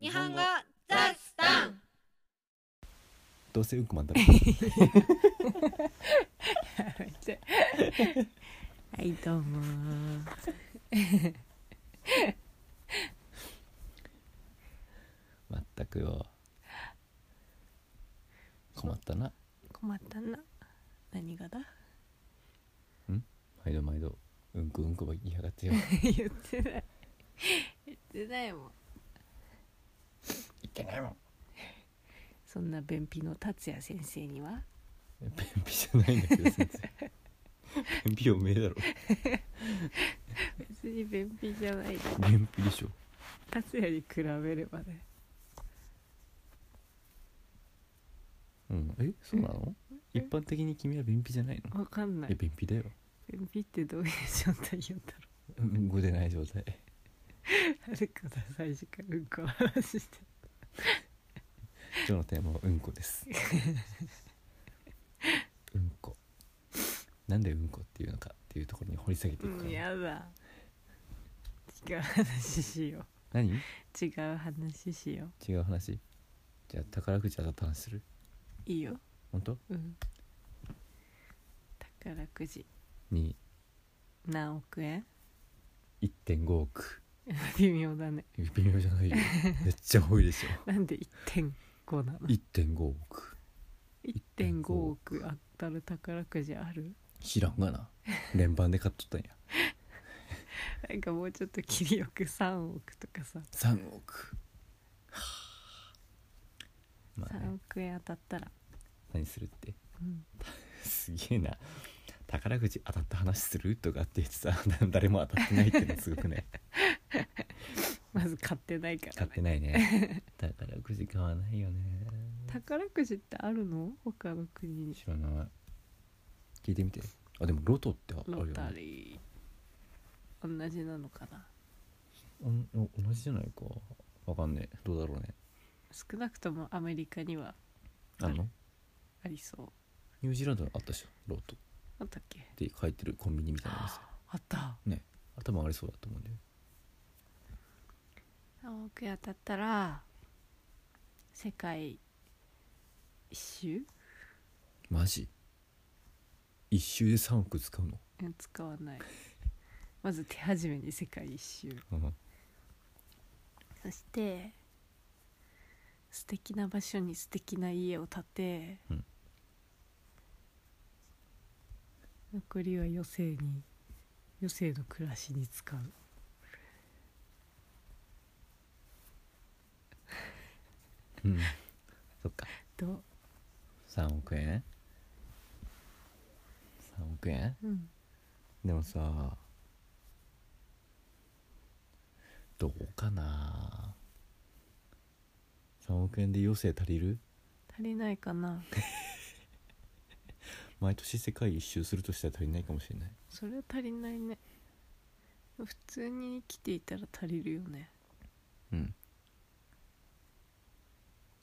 日本語ザスタンどうせうんこマンだろはいどうもまったくよ困ったな困ったな何がだ毎度毎度うんこうんこば言いやがってよ 言ってない言ってないもんいけないもんそんな便秘の達也先生には便秘じゃないんだけど先生便秘おめえだろ別に便秘じゃない便秘でしょ達也に比べればねうんえそうなのえ一般的に君は便秘じゃないのわかんないえ便秘だよ便秘ってどういう状態言うんだうろんこ出ない状態う誰かさ最初からうんこの話して今日のテーマはうんこですうんこなんでうんこっていうのかっていうところに掘り下げてういくかんらやだ違う話しよ何う違う話しよ違う話じゃあ宝くじ当たった話するういいよ本当うん宝くじに何億円1.5億 微妙だね微妙じゃ ないよめっちゃ多いでしょなんで1.5なの1.5億1.5億当たる宝くじある知らんがな連番で買っとったんやなんかもうちょっと切りよく3億とかさ、 3億はあまあ、 3ね、億円当たったら、何するってうん、すげえな宝くじ当たった話するとかって言ってさ誰も当た ってないってのすごくねまず買ってないから買っねてない ね宝くじ買わないよね宝くじってあるの他の国に知らない聞いてみてあでもロトってあるよロねタリー同じなのかなおんお同じじゃないかわかんねえどうだろうね少なくともアメリカにはああのありそうニュージーランドにあったでしょロートっあったっけて書いてるコンビニみたいな店あったねあれ多分ありそうだと思うんだよ3億円当たったら世界一周マジ一周で3億使うのうん使わないまず手始めに世界一周うんそして素敵な場所に素敵な家を建て、うん残りは余生に余生の暮らしに使ううん そっかと、 3億円3億円うん、でもさどうかな3億円で余生足りる足りないかな毎年世界一周するとしたら足りないかもしれないそれは足りないね普通に生きていたら足りるよねうん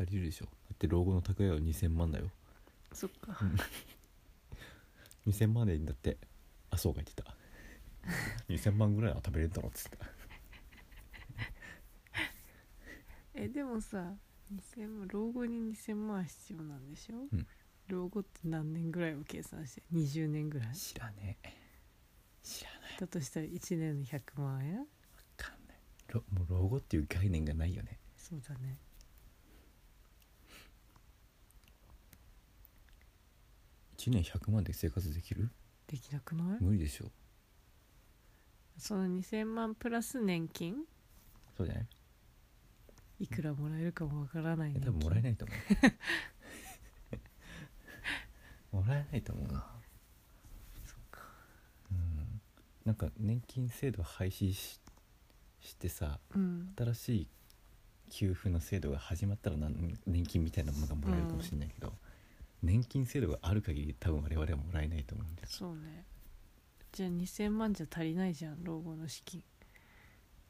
足りるでしょだって老後の蓄えは2000万だよそっか、うん2000万でだってあそうが言 ってた2000万ぐらいは食べれるだろうっつってたえでもさ2000万老後に2000万必要なんでしょ、うん老後って何年ぐらいを計算して20年ぐらい知らねえ知らないだとしたら1年の100万円わかんないろもう老後っていう概念がないよねそうだね1年100万で生活できるできなくない無理でしょその2000万プラス年金そうじゃないいくらもらえるかもわからないいや多年金分もらえないと思う もらえないと思うなそっかうんなんか年金制度廃止ししてさうん新しい給付の制度が始まったらなん年金みたいなものがもらえるかもしれないけど、年金制度がある限り多分我々はもらえないと思うんですそうねじゃあ2000万じゃ足りないじゃん老後の資金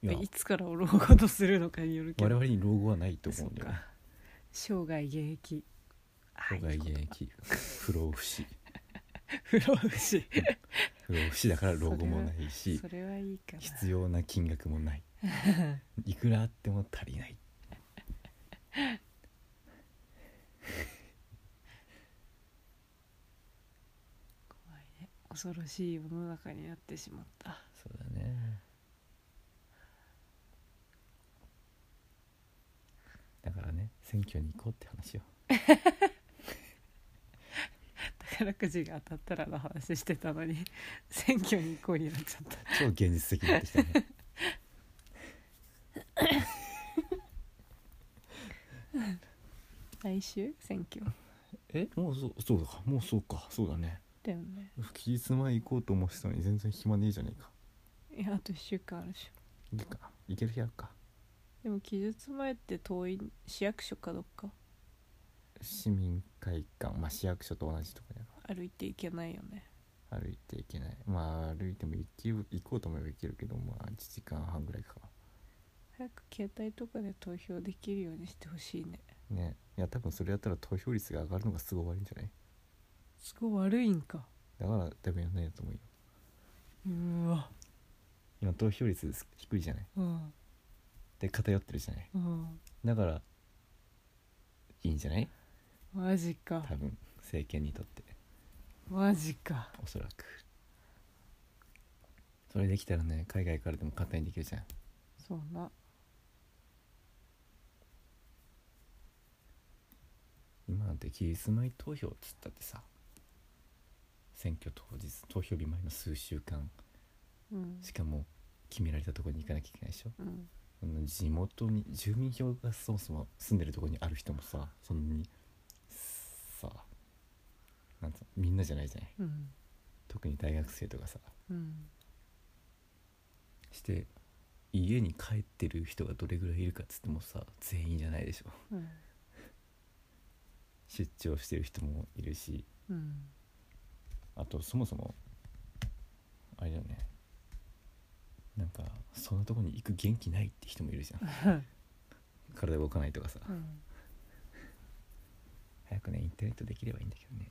いやいつから老後とするのかによるけ我ど々に老後はないとそ思っうんだよねか生涯現役生涯現役役不老不死不老不死不老不死だから老後もないしそれはいいかな 必要な金額もないいくらあっても足りない怖いね恐ろしい世の中になってしまったそうだねだからね選挙に行こうって話よ宝くじが当たったらの話してたのに 選挙に行こうになっちゃった超現実的になってきたね来週選挙 えもうそうそうだかもうそうかそうだねだよね期日前行こうと思ってたのに全然暇ねえじゃねえかいやあと1週間あるでしょいいか行ける日あるかでも期日前って遠い市役所かどっか市民会館、まあ、市役所と同じとこや歩いていけないよねろ歩いていけないまあ歩いても行ける行こうと思えば行けるけどまあ1時間半ぐらいか早く携帯とかで投票できるようにしてほしいねねいや多分それやったら投票率が上がるのがすごい悪いんじゃないすごい悪いんかだから多分やんないと思うようわ今投票率低いじゃないうんで偏ってるじゃないうんだからいいんじゃないマジか多分政権にとってマジかおそらくそれできたらね海外からでも簡単にできるじゃんそうな今なんて期日前投票っつったってさ選挙当日投票日前の数週間うんしかも決められたとこに行かなきゃいけないでしょうんその地元に住民票がそもそも住んでるとこにある人もさそんなにさなんつうのみんなじゃないじゃないうん特に大学生とかさうんして家に帰ってる人がどれぐらいいるかっつってもさ全員じゃないでしょうん出張してる人もいるしうんあとそもそもあれだよねなんかそんなとこに行く元気ないって人もいるじゃん体動かないとかさうん早くねインターネットできればいいんだけどね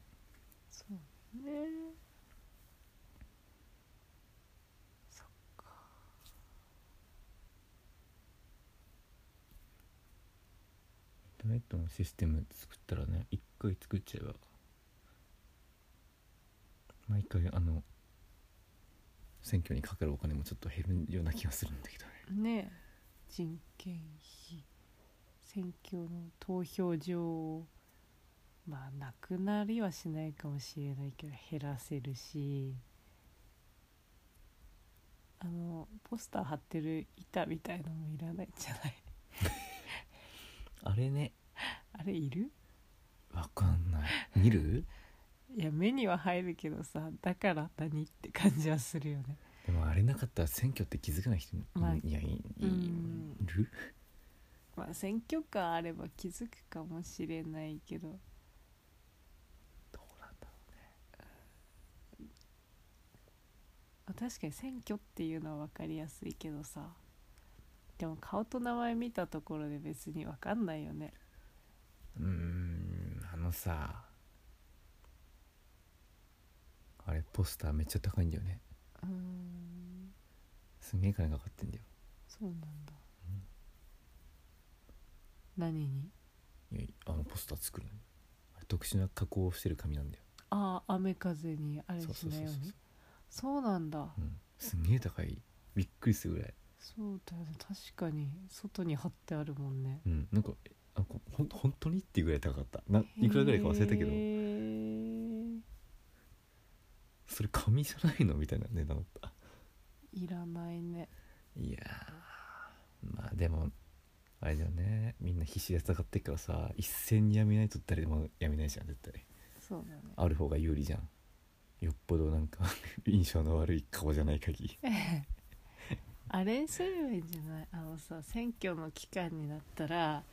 そうねそっかインターネットのシステム作ったらね一回作っちゃえば毎回あの選挙にかかるお金もちょっと減るような気がするんだけどねねえ人件費選挙の投票所まあなくなりはしないかもしれないけど減らせるしあのポスター貼ってる板みたいのもいらないんじゃない あれねあれいるわかん ない見るいや目には入るけどさだから何って感じはするよねでもあれなかったら選挙って気づかない人い,、まあいやいいうんるまあ選挙カーあれば気づくかもしれないけどどうなんだろあ確かに選挙っていうのは分かりやすいけどさでも顔と名前見たところで別に分かんないよねううーんあのさあれポスターめっちゃ高いんだよねうーんすげえ金かかってんだよそうなんだ、何にいやあのポスター作るのにあれ特殊な加工をしてる紙なんだよああ雨風にあれしそうそうなそいうよそううにそうなんだ、うん、すんげえ高いびっくりするぐらいそうだよね確かに外に貼ってあるもんねうんなんかえなんかほん本当にっていうぐらい高かったないくらぐらいか忘れたけどへーそれ紙じゃないのみたいな値段だったいらないねいやーまあでもあれだよねみんな必死で戦ってっからさ一斉にやめないと誰でもやめないじゃん絶対そうだねある方が有利じゃんよっぽどなんか 印象の悪い顔じゃない限りあれにすればいいんじゃないあのさ選挙の期間になったら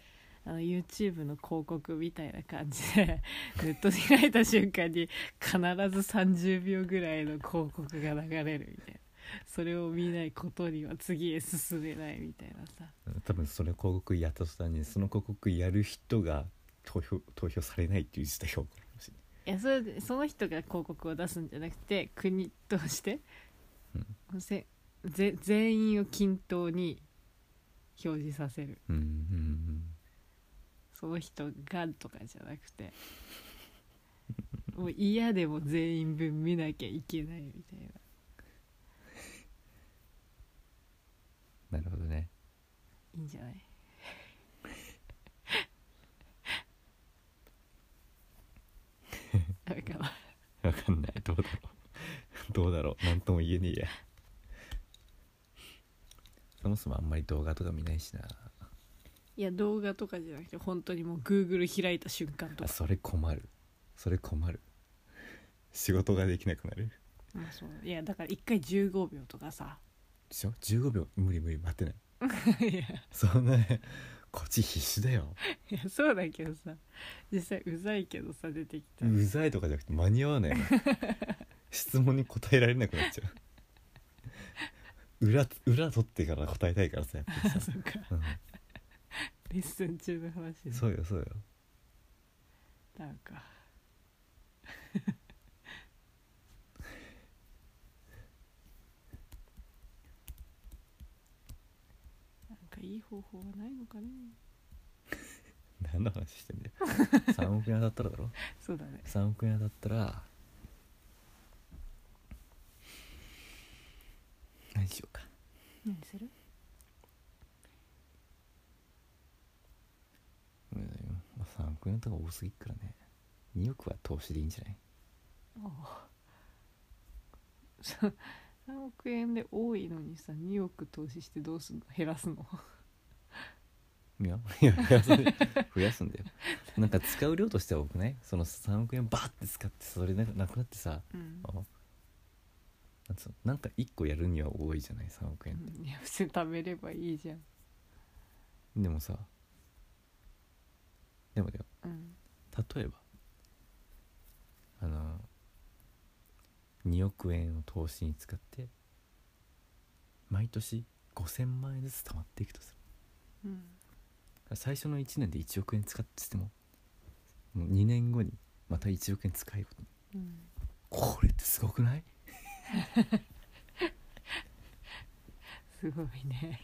あの YouTube の広告みたいな感じで ネットで開いた瞬間に必ず30秒ぐらいの広告が流れるみたいなそれを見ないことには次へ進めないみたいなさうん多分それ広告やった途端にその広告やる人が投票投票されないっていう事態が起こるかもしれないいやそれでその人が広告を出すんじゃなくて国として、せぜ全員を均等に表示させるうんうんうんその人がとかじゃなくてもう嫌でも全員分見なきゃいけないみたいななるほどねいいんじゃ ないだからわかんないどうだろう どうだろうなんとも言えねえやそもそもあんまり動画とか見ないしないや動画とかじゃなくて本当にもう Google 開いた瞬間とあかそれ困るそれ困る仕事ができなくなるまあそういやだから1回15秒とかさでしょ15秒無理無理待 ってないいやいそんなねこっち必死だよやそうだけどさ実際うざいけどさ出てきたらうざいとかじゃなくて間に合わ ないの質問に答えられなくなっちゃう裏裏取ってから答えたいからさやっぱりさあ 、そっかうレッスン中の話ん、ねそうよそうよなんかなんかいい方法はないのかね何の話してんだよ 3億円当たったらだろそうだね3億円当たったら何しようか何するうんまあ3億円とか多すぎっからね2億は投資でいいんじゃないおうさ3億円で多いのにさ2億投資してどうすんの減らすのいや いや増やす増やすんだよなんか使う量としては多くないその3億円バーって使ってそれなくなくなってさうんあなんつうのなんか1個やるには多いじゃない3億円って、いや別に貯めればいいじゃんでもさでもだようん例えばあの2億円を投資に使って毎年5,000万円ずつ貯まっていくとすうんる最初の1年で1億円使っててももう2年後にまた1億円使えることにうんこれってすごくないすごいね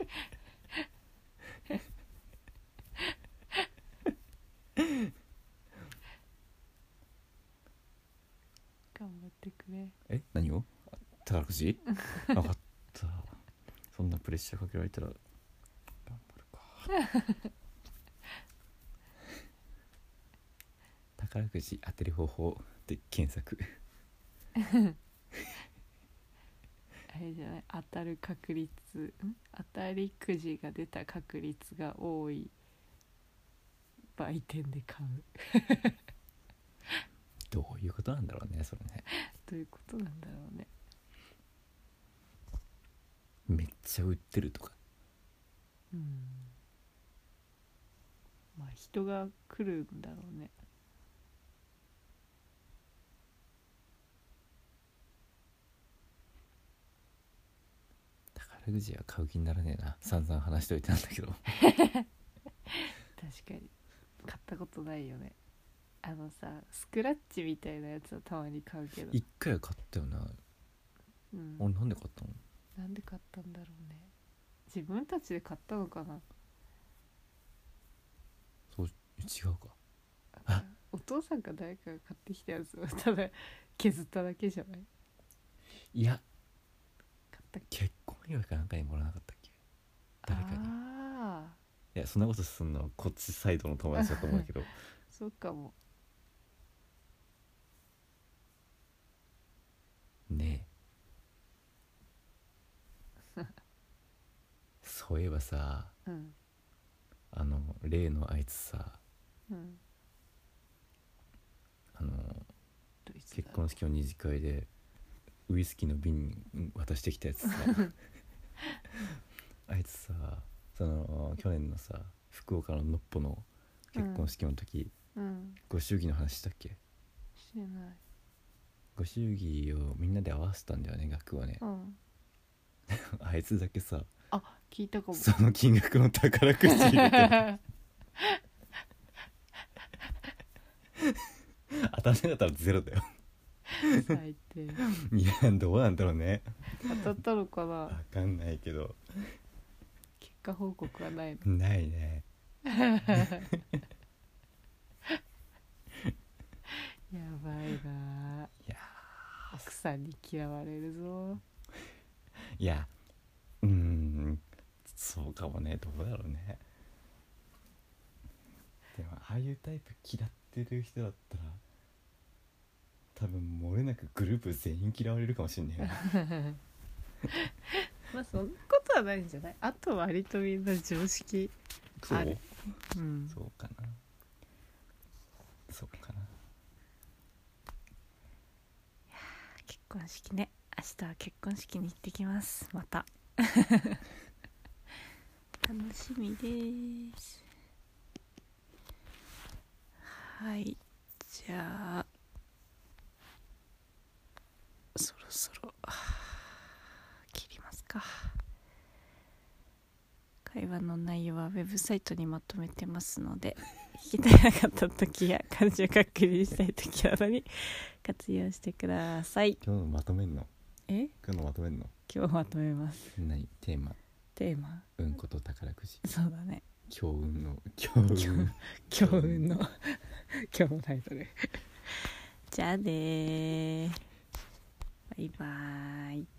頑張ってくれえ何を宝く じ分かったそんなプレッシャーかけられたら頑張るか 宝くじ当てる方法で検索あれじゃない当たる確率ん当たりくじが出た確率が多い売店で買うどういうことなんだろうねそれねどういうことなんだろうねめっちゃ売ってるとかうんまあ人が来るんだろうね宝くじは買う気にならねえな散々話しといたんだけど確かに買ったことないよねあのさスクラッチみたいなやつはたまに買うけど、一回は買ったよなうん、俺なんで買ったのなんで買ったんだろうね自分たちで買ったのかなそう違うかお父さんか誰かが買ってきたやつをただ 削っただけじゃないいや買ったっけ結婚祝いかなんかにもらわなかったっけ誰かにああいやそんなことすんのこっちサイドの友達だと思うけどそうかもねえそういえばさうんあの例のあいつさうんあのドイツだ結婚式の二次会でウイスキーの瓶に渡してきたやつさあいつさその去年のさ福岡ののっぽの結婚式の時、うんご祝儀の話したっけしてないご祝儀をみんなで合わせたんだよね額はねうん あいつだけさあ聞いたかもその金額の宝くじ入れて当たんなかったらゼロだよ 最低いやどうなんだろうね当たったのか わなかんないけど結果報告はないのないねやばいなあいや奥さんに嫌われるぞいやうーんそうかもねどうだろうねでもああいうタイプ嫌ってる人だったら多分漏れなくグループ全員嫌われるかもしんないよねまあそんなことはないんじゃないあとは割とみんな常識そあうるうんそうかなそうかな結婚式ね明日は結婚式に行ってきますまた楽しみですはいじゃあそろそろはあ切りますか会話の内容はウェブサイトにまとめてますので聞きたいなかった時や感情確認したい時などに活用してください今日のまとめんのえ今日のまとめんの今日まとめます何テーマテーマうんこと宝くじそうだね強運の強運強運の今日のタイトルじゃあねーバイバーイ